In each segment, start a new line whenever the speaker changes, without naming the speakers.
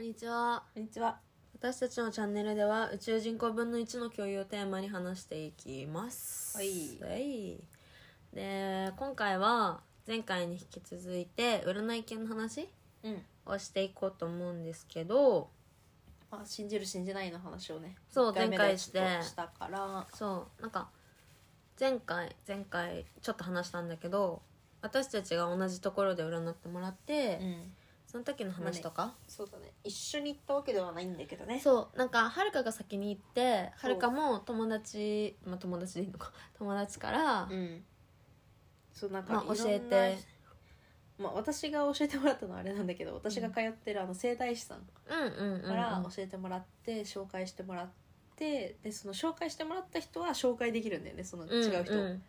にちは
こんにちは。
私たちのチャンネルでは宇宙人口分の1の共有をテーマに話していきます
はい
はいで今回は前回に引き続いて占い系の話
うん。
をしていこうと思うんですけど
まあ信じる信じないの話をね。
そう
一回目で
前回して
ちょっとしたから。
そうなんか前回前回ちょっと話したんだけど私たちが同じところで占ってもらって、
うん。
その時の話とか、
そうだね。一緒に行ったわけではないんだけどね。
そうなんかはるかが先に行って
そ
は
う
るかも友達まあ友達でいいのか友達から、
うん。そうなんか
ま
いろん
あ、
な
教えて。
まあ私が教えてもらったのはあれなんだけど、私が通ってるあの整体師さん
うんうんうん、う
か
ん、
ら教えてもらって紹介してもらって、でその紹介してもらった人は紹介できるんだよね。その違う人、っ
ん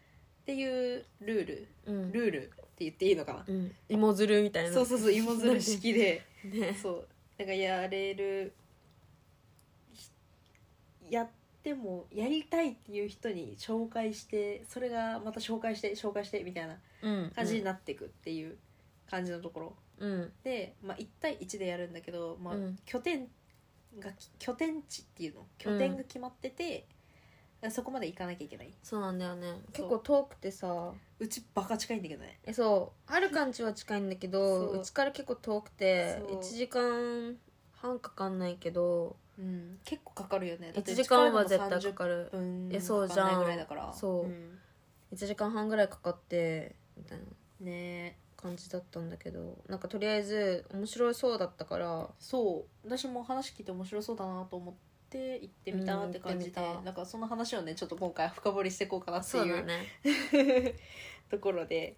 ていうルール、
うんうん
ルールって言っていいのかな。
うん芋づるみたいな
そうそうそう芋づる式で。
ね
そうなんかやれるやってもやりたいっていう人に紹介してそれがまた紹介して紹介してみたいな
うん
感じになっていくっていう感じのとこ
う
ろ、
ん
で、まあ、1対1でやるんだけど、まあ
うん
拠点が拠点地っていうの拠点が決まってて、そこまで行かなきゃいけない
そうなんだよね
そ
結
う
構遠くてさ
うちバカ近いんだけどね
えそうはるかんちは近いんだけど
そう
うちから結構遠くて
そう
1時間半かかんないけど
うん結構かかるよねだって
1時間は
うち
絶
から
対
でも
かかる
30分
えそう
か
じゃん
かんないぐらいだから
そうん1時間半ぐらいかかってみたいな
ねえ
感じだったんだけどなんかとりあえず面白そうだったから
そう私も話聞いて面白そうだなと思って行ってみたって感じで、
うん行ってみた
なんかその話をねちょっと今回深掘りしていこうかなって
そう
い
だ
う
ね
ところで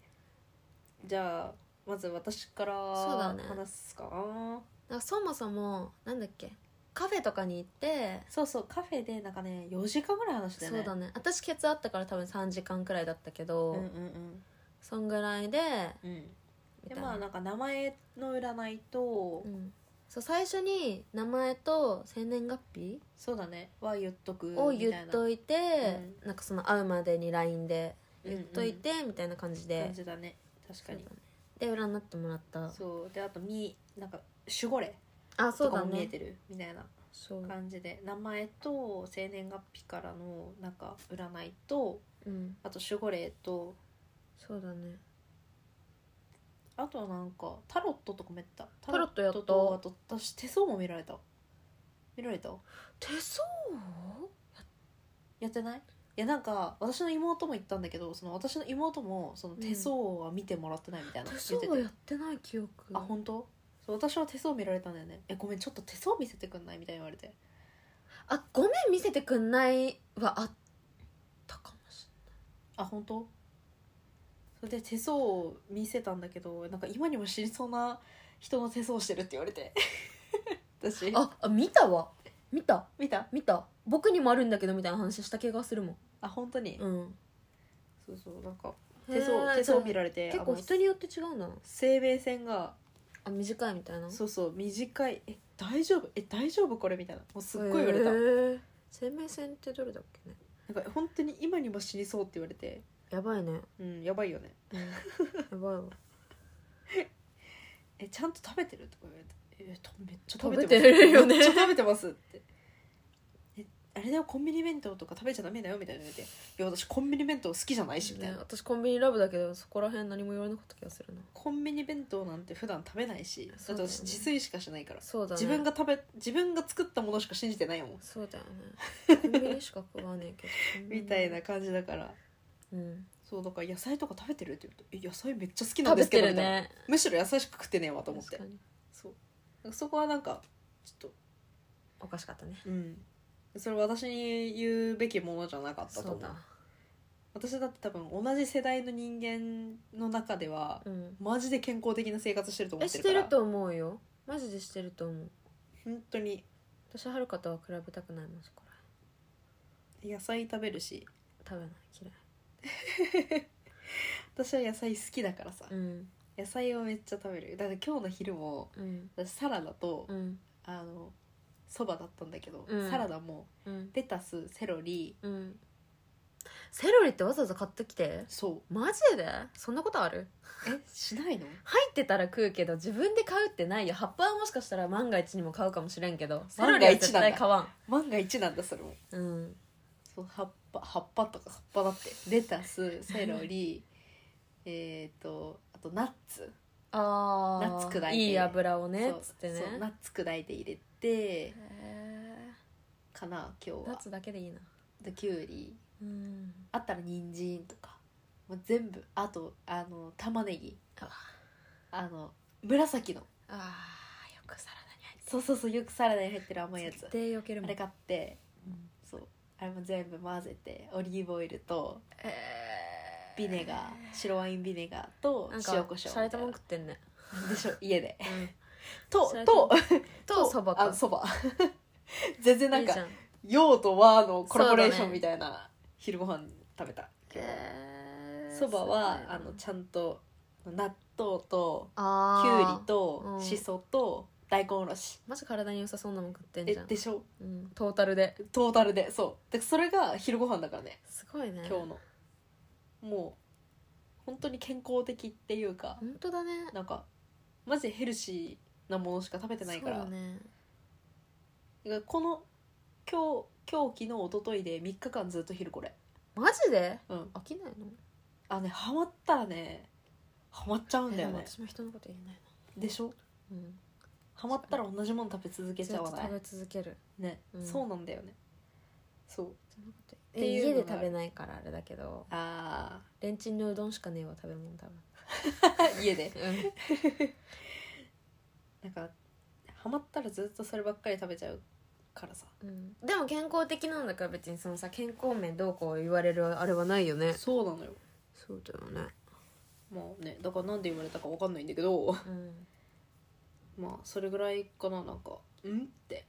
じゃあまず私から
そうだね
話すかな
なんかそもそもなんだっけカフェとかに行って
そうそうカフェでなんかね4時間ぐらい話してね
そうだね私ケツあったから多分3時間くらいだったけど、
うんうん
そんぐらいで
うんうん
み
で
たいな
まあなんか名前の占いと、
うん、そう最初に名前と生年月日
そうだねは言っとくみたいな
を言っといて
う
なんかその会うまでに LINE で言っとい
うん
てみたいな感じ
うん
で
感じだね確かに
そうで占ってもらった
そうであとみなんか守護霊
あそ
と
う
か
だ
も見え
ね
てる、みたいな
そう
感じで名前と生年月日からのなんか占いと
うん
あと守護霊と
そうだね
あとはなんかタロットとかもやったタ
ロットやった
とあと私手相も見られた見られた
手相
やってないいやなんか私の妹も言ったんだけどその私の妹もその手相は見てもらってないみたいな、
手
言っ
相
てて
はやってない記憶
あ本当そう私は手相見られたんだよねえごめんちょっと手相見せてくんないみたいに言われて
あごめん見せてくんないはあったかもし
あ本当それで手相を見せたんだけどなんか今にも死にそうな人の手相してるって言われ て私
れないああ見たわ見た
見た
見た僕にもあるんだけどみたいな話した気がするもん
あ本当に、
うん
そうそうなんか手相
へー
手相見られて
結構
あの
人によって違うんだな
生命線が
あ短いみたいな
そうそう短いえ大丈夫え大丈夫これみたいなもうすっごい言われた、
へー生命線ってどれだっけね
なんか本当に今にも死にそうって言われて
やばいね
うんやばいよね
うんやばいわ
えちゃんと食べてるとか言われてえとめっちゃ
食
食
べ
べ
て
てます
るよね
めっちゃ食べてますってえあれだよコンビニ弁当とか食べちゃダメだよみたいな言われていや私コンビニ弁当好きじゃないしみたいな、
ね私コンビニラブだけどそこら辺何も言われなかった気がするな
コンビニ弁当なんて普段食べないし
そ
だ
うだよね
って私自炊しかしないから、
そうだね
自分が食べ自分が作ったものしか信じてないもん、
そうだよね コンビニしか食わねえけどコンビニ
みたいな感じだから
うん
そうだから野菜とか食べてるって言うとえ野菜めっちゃ好きな
食
んで
べ
すけ
て
ど、
る
みたいな
ね
むしろ野菜しか食ってねえわと思っ
確
て
かに
そうなんかそこはなんかちょっと
おかしかったね
うんそれ私に言うべきものじゃなかったと
そ
思
う
う
だ
私だって多分同じ世代の人間の中では
うん
マジで健康的な生活してると思
え
っ
し
てるか
て
ら
ると思うよマジでしてると思う
本当に
私はるかとは比べたくないもんそこら
野菜食べるし
辺食べない
私は野菜好きだからさ、
嫌いうん
野菜をめっちゃ食べるだって今日の昼も
うん
私サラダと、
うん
あのそばだったんだけど、
うん
サラダも
うん
レタスセロリ
うんセロリってわざわざ買ってきて
そ
マジでそんなことある
うえしないの
入ってたら食うけど自分で買うってないよ葉っぱはもしかしたら万が一にも買うかもしれんけどセロリは絶対買わん
万が一なんだそれも
うん
そう葉っぱ葉っぱとか葉っぱだってレタスセロリ えっとあとナッツ
あ
ナッツ砕いて
いい油をね
そう
つってね
そうナッツ砕いて入れて
へ
かな今
ー
日
ナッ
は
ツだけでいいな
できゅうり
うん
あったら人参とかもう全部あとあの玉ねぎ
あ
あの紫の
あーよくサラダに入って
そうそうそうよくサラダに入ってる甘いやつ
絶対よける
あ
もん
れ買って
うん
そうあれも全部混ぜてオリーブオイルと
えー
ビネガー白ワインビネガーと
なんか
塩コショウみ
洒
た
落
いな
たもん食ってんね
でしょ家で
うん
と
洒落た
と
とそばか
あそば 全然なん
いいじゃ
か洋と和のコラボレーションみたいな昼ご飯食べた
えー
そばは
すごいな
あのちゃんと納豆とき
あ
ゅうり
ーう
と
ん
しそと大根おろし
マジ体に良さそうなもん食ってん
え
じゃん
でしょ
うんトータルで
トータルでそうでそれが昼ご飯だからね
すごいね
今日のもう本当に健康的っていうか
本当だね
なんかマジヘルシーなものしか食べてないから
そうだね
だからこの今日今日昨日一昨日で3日間ずっと昼これ
マジで
うん
飽きないの
あねハマったらねハマっちゃうんだよ
えでも
ね
私も人のこと言えないな
でしょ
うん
ハマったら同じもの食べ続け
ず
ち
っ
ゃわ
と
ない
食べ続ける
ね、
うん
そうなんだよねそう
人のこと
っ
言
て
え
いう
家
の
で
が
食べないからあれだけど
あ
レンチンのうどんしかねえわ食べ物多分
ー 家で
うん
なんかハマったらずっとそればっかり食べちゃうからさ
うんでも健康的なんだから別にそのさ健康面どうこう言われるあれはないよね
そうなのよ
そうだよね
まあねだからなんで言われたかわかんないんだけど
うん
まあそれぐらいかななんか「ん?」って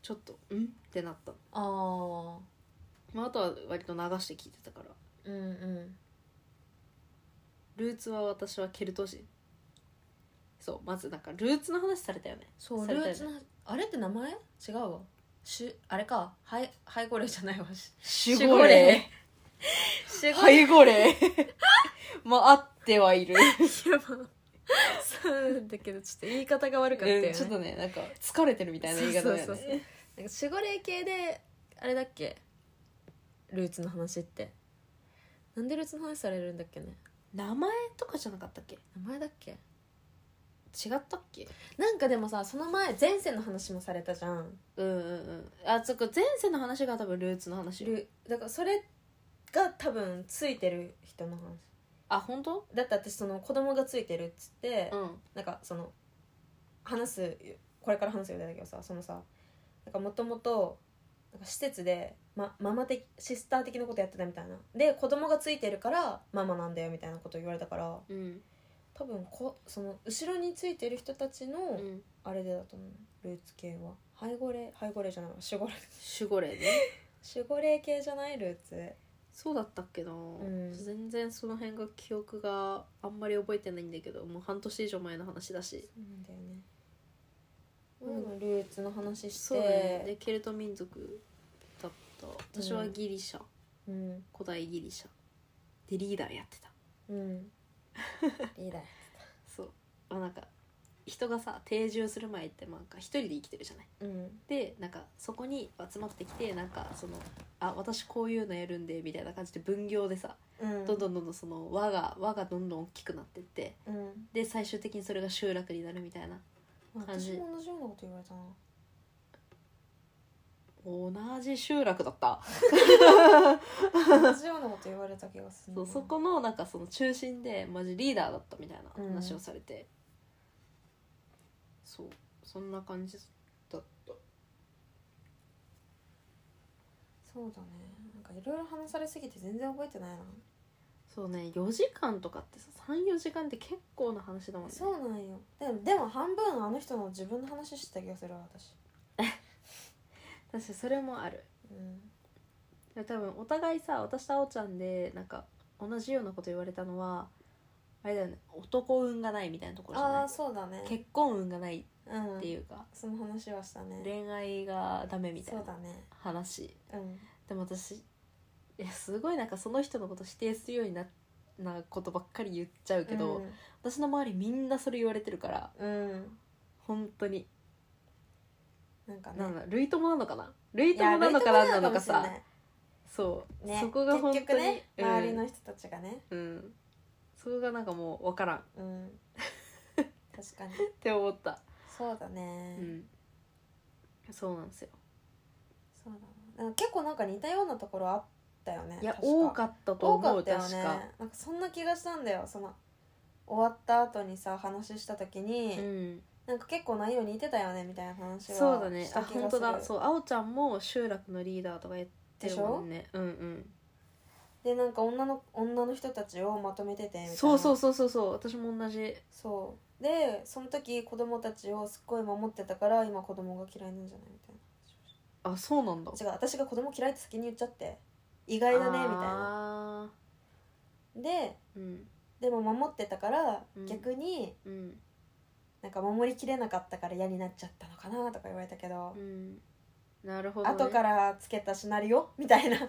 ちょっと「ん?」ってなった、
ああ
まあ、あとは割と流して聞いてたか
うん
ら
うん
ルーツは私はケルト人そうまずなんかルーツの話されたよね
そう
され
ル
たよ
ー
ね
ツのあれって名前違うわしあれかはい背後霊じゃないわし
守
護霊すごい
背後霊まああってはいる、
やばそうだけどちょっと言い方が悪かったよね、
うんちょっとねなんか疲れてるみたいな言い方だよね
そうそうそうなんか守護霊系であれだっけルーツの話ってなんでルーツの話されるんだっけね
名前とかじゃなかったっけ
名前だっけ
違ったっけ
なんかでもさその前前世の話もされたじゃん
うんうんうんあそこ前世の話が多分ルーツの話
ルだからそれが多分ついてる人の話
あ本当
だって私その子供がついてるっつって、
うん
なんかその話すこれから話すようだけどさそのさなんかもともとなんか施設で、ま、ママ的シスター的なことやってたみたいなで子供がついてるからママなんだよみたいなこと言われたから
うん
多分こその後ろについてる人たちの
うん
あれでだと思うルーツ系は背後霊背後霊じゃないわ守護霊
守護霊ね
守護霊系じゃないルーツ
そうだったっけな、
ん
全然その辺が記憶があんまり覚えてないんだけどもう半年以上前の話だし
そうなんだよね、
う
ルーツの話し
そうだね
て
でケルト民族だった私はギリシャ、
うん
古代ギリシャでリーダーやってた
うんいいだ
そうまあなんか人がさ定住する前ってまあなんか一人で生きてるじゃない
うん
でなんかそこに集まってきてなんかその「あ私こういうのやるんで」みたいな感じで分業でさ
うん
どんどんどんどんその輪が輪がどんどん大きくなってって
うん
で最終的にそれが集落になるみたいな感じ
私も同じようなこと言われたな
同じ集落だった、
同じようなこと言われた気がするな
そうそこのなんかその中心でマジリーダーだったみたいな話をされて、そうそんな感じだった
そうだねなんかいろいろ話されすぎて全然覚えてないな
そうね4時間とかってさ34時間って結構な話だもんね
そうなんよでもでも半分あの人の自分の話してた気がするわ私
確かにそれもある
うん
多分お互いさ私とあおちゃんでなんか同じようなこと言われたのはあれだよね男運がないみたいなところじゃ
あ
な
あ
い
そうだね
結婚運がないっ
うん
ていうか、
その話はしたね
恋愛がダメみたい
そう
な
だね
話
うん
でも私いやすごいなんかその人のこと指定するようにななことばっかり言っちゃうけど、私の周りみんなそれ言われてるから
うん、うん
本当に
なんかね
なんだ類友なのかな類友なのかなんなのかさ
いや
そう、
類友なのかもしれないね
そこが本
結
当
局
に、
ね
うん
周りの人たちがね
うん、そこがなんかもう分からんっ
うん 確かに
て思った、
そうだ
う
ね、
ん、そうなんですよ
そうだななんか結構なんか似たようなところあったよね
いや
確
多かったと
多
思
か
う、
ったよ
確
ね
か、
なんかそんな気がしたんだよその終わった後にさ話した時に、
うん、
なんか結構内容似てたよねみたいな話は
そうだね
した
あ
気が
本
す
当
る
だそうあおちゃんも集落のリーダーとかやってるもんねうんうん
でなんか女の女の人たちをまとめててみたいな
そうそうそうそうそう私も同じ
そうでその時子供たちをすっごい守ってたから今子供が嫌いなんじゃないみたい
あそうなんだ
な違う私が子供嫌いって先に言っちゃって意外だねみたいな
な
で
うん
でも守ってたから、
うん
逆に
うん
なんか守りきれなかったから嫌になっちゃったのかなとか言われたけど
う、んなるほど、ね、
後からつけたシナリオみたいな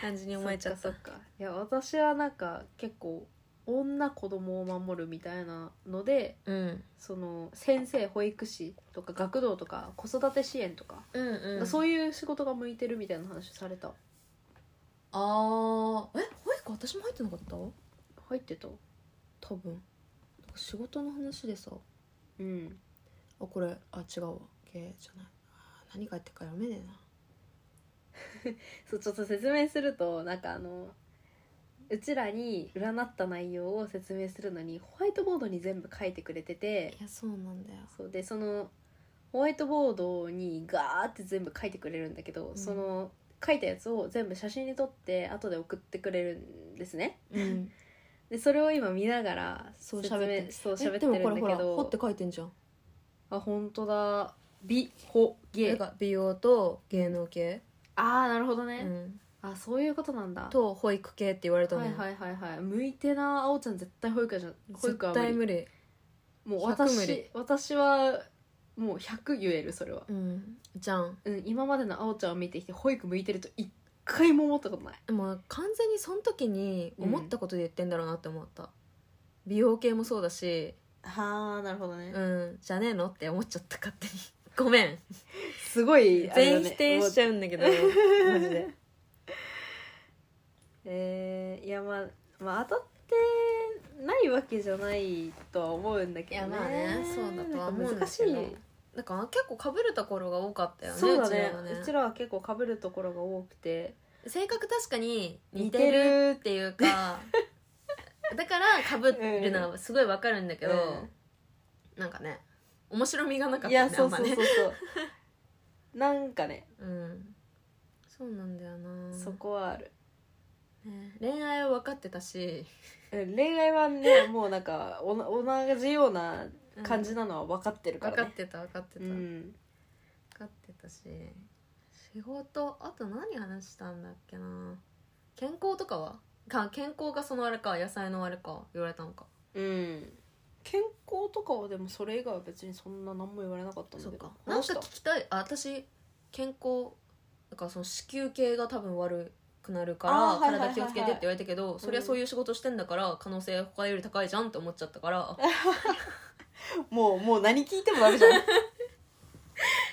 感じに思えちゃった
そっかそっかいや私はなんか結構女子供を守るみたいなので
うん
その先生保育士とか学童とか子育て支援とか,、
うんうん
そう
いう
いう仕事が向いてるみたいな話された
あえ保育私も入ってなかった
入ってた
多分仕事の話でさ
うん
あこれあ違うわ系じゃないあー何書いてるか読めねえな
そうちょっと説明するとなんかあのうちらに占った内容を説明するのにホワイトボードに全部書いてくれてて
いやそうなんだよ
そうでそのホワイトボードにガーって全部書いてくれるんだけど、
ん
その書いたやつを全部写真に撮って後で送ってくれるんですね
うん
でそれを今見ながら
そう
説明
喋って
そう
え
喋って
で
る
も
んだけ
こ
ど
れほら「ほ」って書いてんじゃん
あ本当だ美ほ
な
芸
んか美容と芸能系、
ああなるほど
う
ね、
ん、
あそういうことなんだ
と保育系って言われたの
はい
よ、
はいはいはい向いてなあおちゃん絶対保育じゃん保育
絶
は無
対
理
無理
もう
100無理
私私はもう100言えるそれは、
うんじゃん
うん、今までのあおちゃんを見てきて保育向いてると一回も思ったことない
でも完全にその時に思ったことで言ってんだろうなって思った、美容系もそうだし
はあなるほどね、
うんじゃねえのって思 っちゃった勝手にごめん
すごいあれだ
全
ね
否定しち
もう
ゃうんだけど マジで
えーいやまあまあ当たってないわけじゃないとは思うんだけどね
いやまあねそうだとは思うん
な
で
か
すけど
難しい
なんか結構かぶるところが多かったよね
そうだね
うちらは
うちらは結構かぶるところが多くて
性格確かに似
似
て
て
る
る
っていうかだからかぶるのはすごいわかるんだけど、なんかね面白みがなかっ
い
た
や
ね
そう
あ
そ
ん
う
ま
そう
ね
そうなんかね
うんそうなんだよな
そこはある
ね恋愛は分かってたし
うん恋愛は ねもうなんかおな同じような感じなのは分かってるか
分からっ
ね
てた分かってた、
う
分
ん
かってたし仕事あと何話したんだっけな健康とかはか健康がそのあれか野菜のあれか言われたのか
うん健康とかはでもそれ以外は別にそんな何も言われなかったん
そ
だ
う
け
か
ど
なん
話
か
した
聞きたいあ私健康だからその子宮系が多分悪くなるから
あーはいはいはいは
体
い
気をつけてって言われたけどそりゃそういう仕事してんだから可能性他より高いじゃんって思っちゃったから
もうもう何聞いてもダメじゃん、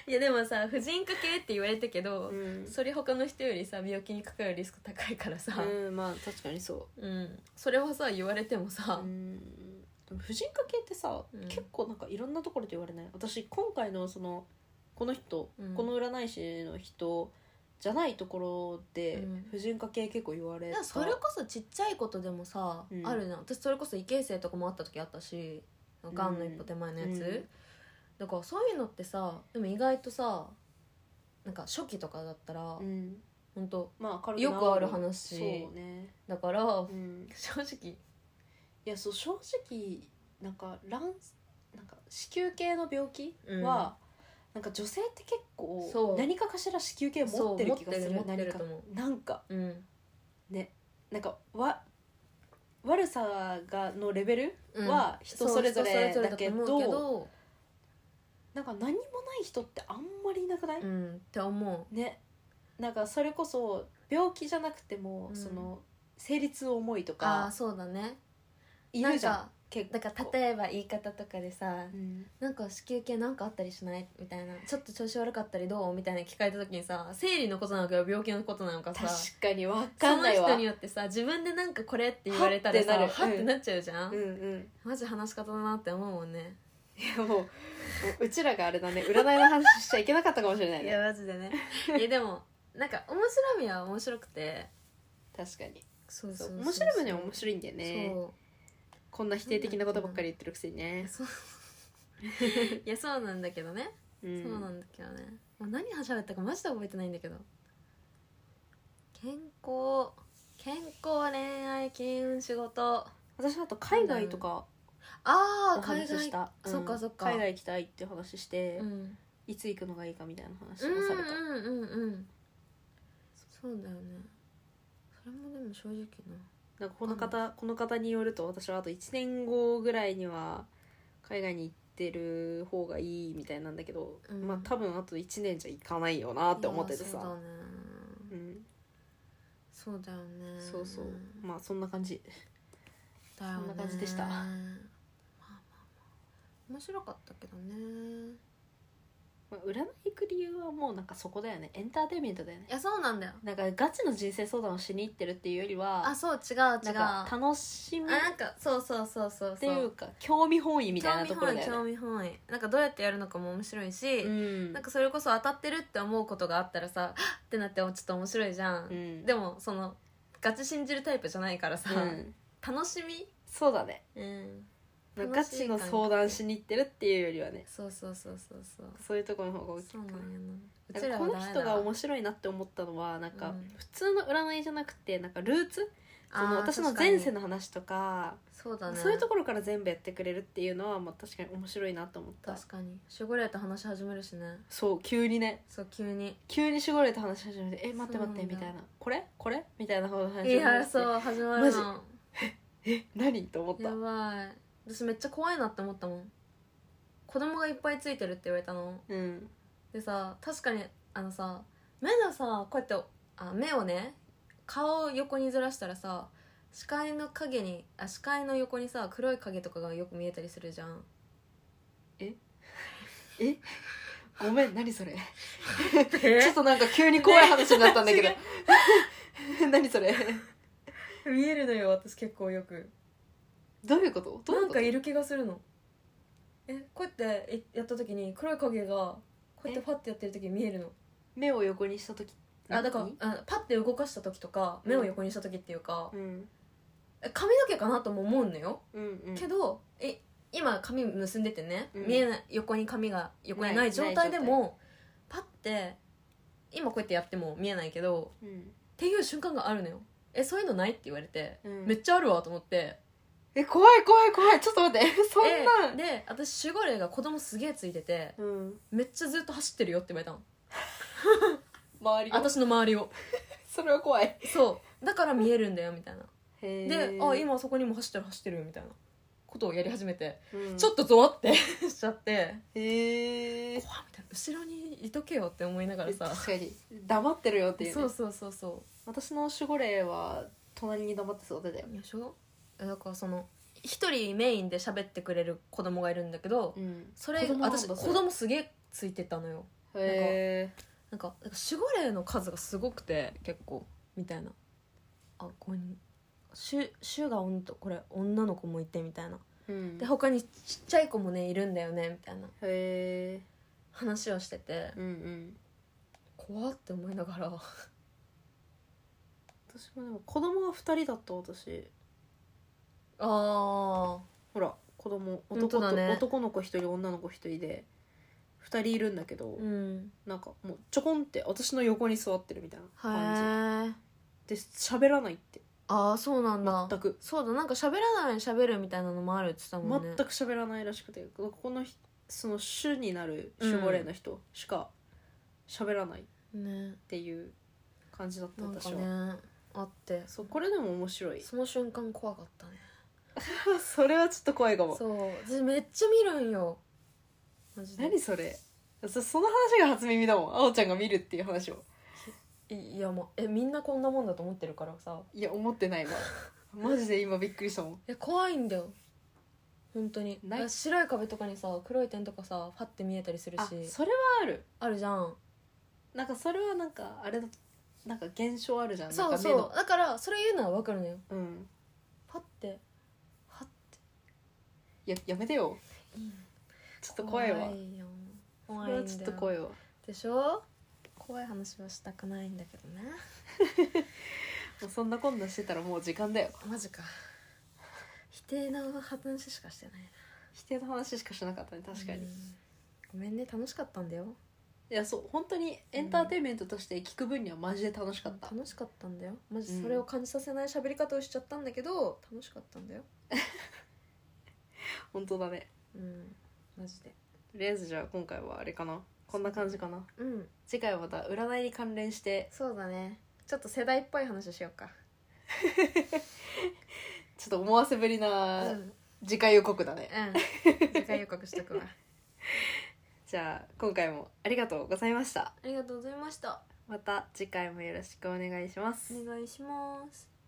いやでもさ婦人科系って言われたけど、
うん
それ他の人よりさ病気にかかるリスク高いからさ、
うん、まあ確かにそう
うんそれはさ言われてもさ
う、んでも婦人科系ってさ、
うん
結構なんかいろんなところで言われない私今回のそのこの人、
うん
この占い師の人じゃないところで、
うん
婦人科系結構言われ
い
た
やそれこそちっちゃいことでもさ、
うん
あるじゃん私それこそ異形成とかもあった時あったしがんの一歩手前のやつ、
うん
だからそういうのってさでも意外とさなんか初期とかだったら、ほ、
うんん、
本当
まあ軽く
よくある
治
話
るそうね、
だから、
うん、
正直
いやそう正直なんか卵なんか子宮系の病気は、なんか女性って結
そ
構
う
何かかしら子宮系持ってる気がす
そう
る
持ってる持って
何
る
か
と思
なんか
うん、
ねなんかわ悪さがのレベル
うん
は人それぞれ
そう人
だけど,、
と思うけど
なんか何もない人ってあんまりいなくない、
うんって思
ねなんかそれこそ病気じゃなくても、
うん
その生理痛重いと
ああ
か
そうだね
いるじゃん
なんか
結
だから例えば言い方とかでさ
うん
なんか子宮系なんかあったりしないみたいなちょっと調子悪かったりどうみたいな聞かれた時にさ生理のことなのか病気のことなのかさ
確かに分かんない
そ
わ
の人によってさ自分でなんかこれって言われたらさは
はっ
って
なる
てなっちゃうじゃん、
うんうん
マジ話し方だなって思うもんね
いやもうもううちらがあれだね占いの話しちゃいけなかったかもしれない
い
ね
やマジでねいやでもなんか面白みは面白くて
確かに
そう
そ
そうう
面白い分には面白いんだよ
い
ねこんな否定的なことばっかり言ってるくせにね、
そう いやそうなんだけどね、
うん、
そうなんだけどね、まあ、何話しったかマジで覚えてないんだけど健康健康恋愛金運仕事
私あと海外とか
あ
お
あ海
話し
外
した、
海外そっかそっか
海外行きたいっていう話して、
うん
いつ行くのがいいかみたいな話
う
を
ん
された、
うんうんうんそうだよねそれもでも正直な
なんかこの方、この方によると私はあと1年後ぐらいには海外に行ってる方がいいみたいなんだけど、
うん
まあ多分あと1年じゃ行かないよなって思ってて
いやそう
さ
だね
うん
そうだよね
そうそうまあそんな感じ
だよね
そんな感じでし
ま
た
あまあまあ面白かったけどね
まあ占い行く理由はもうなんかそこだよねエンターテインメントだよね
いやそうなんだよ
なんかガチの人生相談をしに行ってるっていうよりは
あそう違う違う
なんか楽しむ
あなんかそうそうそうそうそう
っていうか興味本位みたいなところだよ
興
ね
味本位興味本位なんかどうやってやるのかも面白いし、
うん
なんかそれこそ当たってるって思うことがあったらさはっってなってもちょっと面白いじゃん、
うん
でもそのガチ信じるタイプじゃないからさ、
うん
楽しみ
そうだね
うん楽しい
ガチの相談しに行ってるっていうよりはね
そうそうそうそうそう
そういうところの方が大きい
そうなんやな
なんかこの人が面
白い
白いなって思ったのはなん
う
か
ん
普通の占いじゃなくてなんかルーツその私の前世の話とか
そうだね
そういうところから全部やってくれるっていうのはまあ確かに面白いなと思った
確かに守護霊と話し始めるしね
そう急にね
そう急に
急に守護霊と話し始めて「え待って待って」
そうな
み
んだ
たいな「これこれ?」みたいな話
いや
う
そう始ま
マ
る
ジ
の
え何と思っ
や
た
ばい私めっちゃ怖いなって思ったもん子供がいっぱいついてるって言われたの
うん
でさ確かにあのさ目のさこうやってあ目をね顔を横にずらしたらさ視界の影にあ視界の横にさ黒い影とかがよく見えたりするじゃん
えごめん何そ
え
れちょっとなんか急に怖い話になったんだけど 何それ
見えるのよ私結構よく
どういうことどうい
な
うんこ
か
と
いる気がするのえこうやってえやった時に黒い影がこうやって
え
パッてやってる時に見えるの
目を横にした時
あだからあパッて動かした時とか目を横にした時っていうか、
うん
え髪の毛かなとも思うのよ、
うんうん
けどえ今髪結んでてね、
うん
見えない横に髪が横に
な
ないい状態でもパッて今こうやってやっても見えないけど
うん
っていう瞬間があるのよえそういうのないって言われて、
うん
めっちゃあるわと思って
え怖い怖い怖いちょっと待って そんな
え
ん
で私守護霊が子供すげえついてて
うん
めっちゃずっと走ってるよって言われたの
周りが
私の周りを
それは怖い
そうだから見えるんだよみたいな
へ
であ今そこにも走ってる走ってるみたいなことをやり始めて、ち
ち
ょ
っ
っとゾワって しちゃって
とへえ
怖っみたいな後ろにいとけよって思いながらさ
確かに黙ってるよっていうね
そうそうそうそ
私の守護霊は隣に黙って育てたよ
うでしょえだからその一人メインで喋ってくれる子供がいるんだけど、
うん
それ私子供すげえついてたのよ
へえ
なんかなんか守護霊の数がすごくて結構みたいなあこに主主が女とこれ女の子もいてみたいな
うん
で他にちっちゃい子もねいるんだよねみたいな
へえ
話をしてて
うんうん
怖って思いながら
私もでも子供が2人だった私
あ
ほら子供
本当
男と、
だね
男の子1人女の子1人で2人いるんだけど、
うん
なんかもうちょこんって私の横に座ってるみたいな感
へえ
じで喋らないって
ああそうなんだ
全く
そうだなんか喋らない喋るみたいなのもあるって言ってたもんね
全く喋らないらしくてここのひその主になる守護霊の人しか喋らないっ
ね
ていう感じだった
なんか
私は、
ねあって
そうこれでも面 白い
その瞬間怖かったね
それはちょっと怖いかも
そう私めっちゃ見るんよマジで
何それそその話が初耳だもんあおちゃんが見るっていう話を
いいやもうえみんなこんなもんだと思ってるからさ
いや思ってない わマジで今びっくりしたもん
いや怖いんだよ本当に
ない
あ白い壁とかにさ黒い点とかさファって見えたりするし
あそれはある
あるじゃん
なんかそれはなんかあれだなんか現象あるじゃん
そう
なん
そうだからそれ言うのは分かるのよ
か目のうん
パッてパッて
ややめてよちょっと怖いわ
いよ
こ
怖いん
れ
だ
は
よ
ちょっと怖いわ
でしょ怖い話はしたくないんだけどね
もうそんなこんなしてたらもう時間だよ
マジか否定の話しかしてないな
否定の話しかしなかったね確かに、
う
い
んごめんね楽しかったんだよ
やそう本当にエンターテインメントとして聞く分にはマジで楽しかった、
楽しかったんだよマ
う
ジ
ん
それを感じさせない喋り方をしちゃったんだけど、楽しかったんだよ
本当だね
うんマジで
とりあえずじゃあ今回はあれかなこんな感じかな
うん
次回はまた占いに関連して
そうだねちょっと世代っぽい話しようか
ちょっと思わせぶり
うんう
なん次回予告だね、
次回予告しと くわ
じゃあ今回もありがとうございました
ありがとうございました
また次回もよろしくお願いします
お願いします